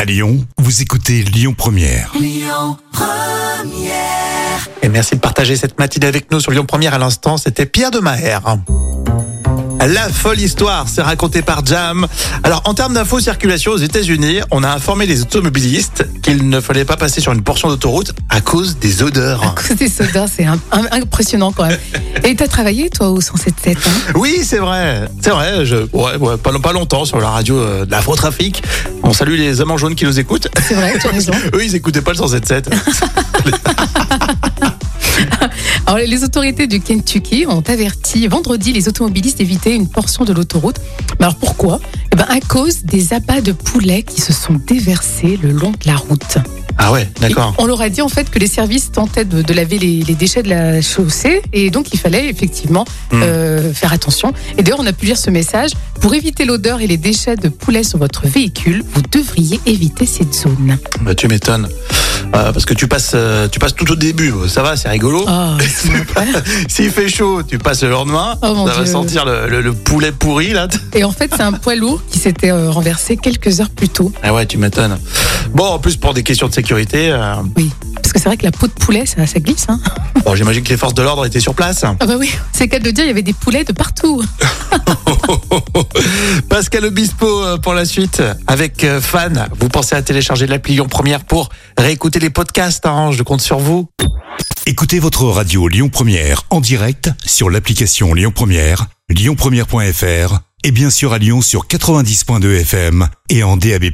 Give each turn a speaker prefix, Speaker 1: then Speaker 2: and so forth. Speaker 1: À Lyon, vous écoutez Lyon Première.
Speaker 2: Et merci de partager cette matinée avec nous sur Lyon Première à l'instant. C'était Pierre de Maher. La folle histoire, c'est raconté par Jam. Alors, en termes d'infos circulation aux États-Unis, on a informé les automobilistes qu'il ne fallait pas passer sur une portion d'autoroute à cause des odeurs.
Speaker 3: cause des sodas, c'est un- un- impressionnant quand même. Et t'as travaillé toi au 177 hein
Speaker 2: Oui, c'est vrai, c'est vrai. Je, ouais, ouais, pas, pas longtemps sur la radio euh, de l'Afrotrafic. On salue les amants jaunes qui nous écoutent.
Speaker 3: C'est vrai, tu as raison.
Speaker 2: Eux, ils écoutaient pas le 177.
Speaker 3: Alors les autorités du Kentucky ont averti vendredi les automobilistes d'éviter une portion de l'autoroute. Mais alors pourquoi Eh ben à cause des abats de poulets qui se sont déversés le long de la route.
Speaker 2: Ah ouais, d'accord.
Speaker 3: On leur a dit en fait que les services tentaient de, de laver les, les déchets de la chaussée et donc il fallait effectivement
Speaker 2: Hmm.
Speaker 3: euh, faire attention. Et d'ailleurs, on a pu lire ce message. Pour éviter l'odeur et les déchets de poulet sur votre véhicule, vous devriez éviter cette zone.
Speaker 2: Bah, tu m'étonnes. Euh, parce que tu passes, euh, tu passes tout au début. Ça va, c'est rigolo.
Speaker 3: Oh, c'est mon frère.
Speaker 2: S'il fait chaud, tu passes le lendemain,
Speaker 3: Oh, mon
Speaker 2: ça va
Speaker 3: Dieu.
Speaker 2: sentir le, le- le poulet pourri là.
Speaker 3: et en fait, c'est un poids lourd qui s'était euh, renversé quelques heures plus tôt.
Speaker 2: Ah ouais, tu m'étonnes. Bon, en plus pour des questions de sécurité, euh,
Speaker 3: Oui. Parce que c'est vrai que la peau de poulet, ça, ça glisse. Hein
Speaker 2: bon, j'imagine que les forces de l'ordre étaient sur place.
Speaker 3: ah bah oui, c'est le cas de le dire, il y avait des poulets de partout.
Speaker 2: Pascal Obispo euh, pour la suite avec euh, Fan. Vous pensez à télécharger l'appli Lyon Première pour réécouter les podcasts. hein, je compte sur vous.
Speaker 1: Écoutez votre radio Lyon Première en direct sur l'application Lyon Première, lyonpremière.fr et bien sûr à Lyon sur 90.2 FM et en DAB+.